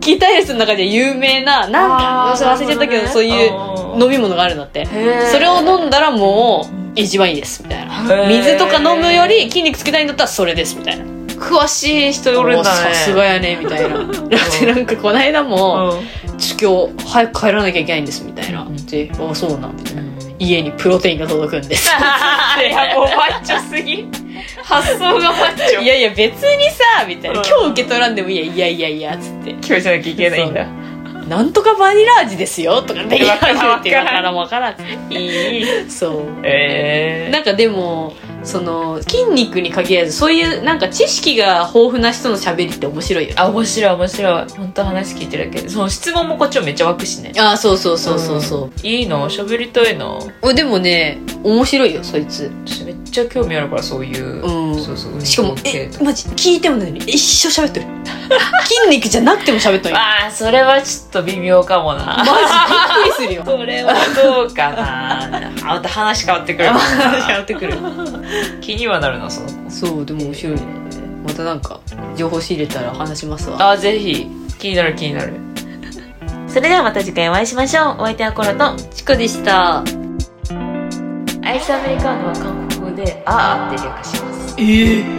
[SPEAKER 2] キータイレスの中で有名な、な
[SPEAKER 3] あ
[SPEAKER 2] ん
[SPEAKER 3] ー
[SPEAKER 2] か、忘れちゃったけど、
[SPEAKER 3] なるほどね
[SPEAKER 2] そういう飲み物があるんだって。それを飲んだらもう、一番いいです、みたいな。水とか飲むより筋肉つけたいんだったらそれです、みたいな。
[SPEAKER 3] 詳しい人おるんだ
[SPEAKER 2] も
[SPEAKER 3] ね
[SPEAKER 2] うさすがやね、みた いな。だってなんか、この間も、ちょ今日、早く帰らなきゃいけないんです、みたいな。
[SPEAKER 3] うん
[SPEAKER 2] で、あ、そうなん、みたいな。
[SPEAKER 3] うん
[SPEAKER 2] 家にプロテインが届くん です。
[SPEAKER 3] いやもうマッチョすぎ発想がマッチョ
[SPEAKER 2] いやいや別にさみたいな
[SPEAKER 3] うん
[SPEAKER 2] 今日受け取らんでもいいやいやいやいやつって
[SPEAKER 3] 今日じゃなきゃいけないんだ
[SPEAKER 2] 「なんとかバニラ味ですよ」とかね言わ
[SPEAKER 3] わからん
[SPEAKER 2] て「わからんわからん」
[SPEAKER 3] いい
[SPEAKER 2] そう
[SPEAKER 3] え
[SPEAKER 2] なんかでもその筋肉に限らずそういうなんか知識が豊富な人の喋りって面白いよね
[SPEAKER 3] あ面白い面白い本当話聞いてるだけでその質問もこっちもめっちゃ湧くしね
[SPEAKER 2] ああそうそうそうそうそう、
[SPEAKER 3] いいの喋りたいの
[SPEAKER 2] おでもね面白いよそいつ
[SPEAKER 3] 私めっちゃ興味あるからそういう、
[SPEAKER 2] うん
[SPEAKER 3] そうそう
[SPEAKER 2] しかも
[SPEAKER 3] 運動
[SPEAKER 2] 「
[SPEAKER 3] 系
[SPEAKER 2] え
[SPEAKER 3] と
[SPEAKER 2] マジ聞いてもないのに一生喋っとる 筋肉じゃなくても喋っとるよ
[SPEAKER 3] ああそれはちょっと微妙かもな
[SPEAKER 2] マジびっくりするよ
[SPEAKER 3] それはどうかなあまた話変わってくる話変わってくる気にはなるなその
[SPEAKER 2] そうでも面白いねまたなんか情報仕入れたら話しますわ
[SPEAKER 3] ああぜひ気になる気になる
[SPEAKER 5] それではまた次回お会いしましょうお相手はコロと
[SPEAKER 2] チコでした
[SPEAKER 6] アイスアメリカーノは韓国語で
[SPEAKER 3] ああって略します
[SPEAKER 2] ええ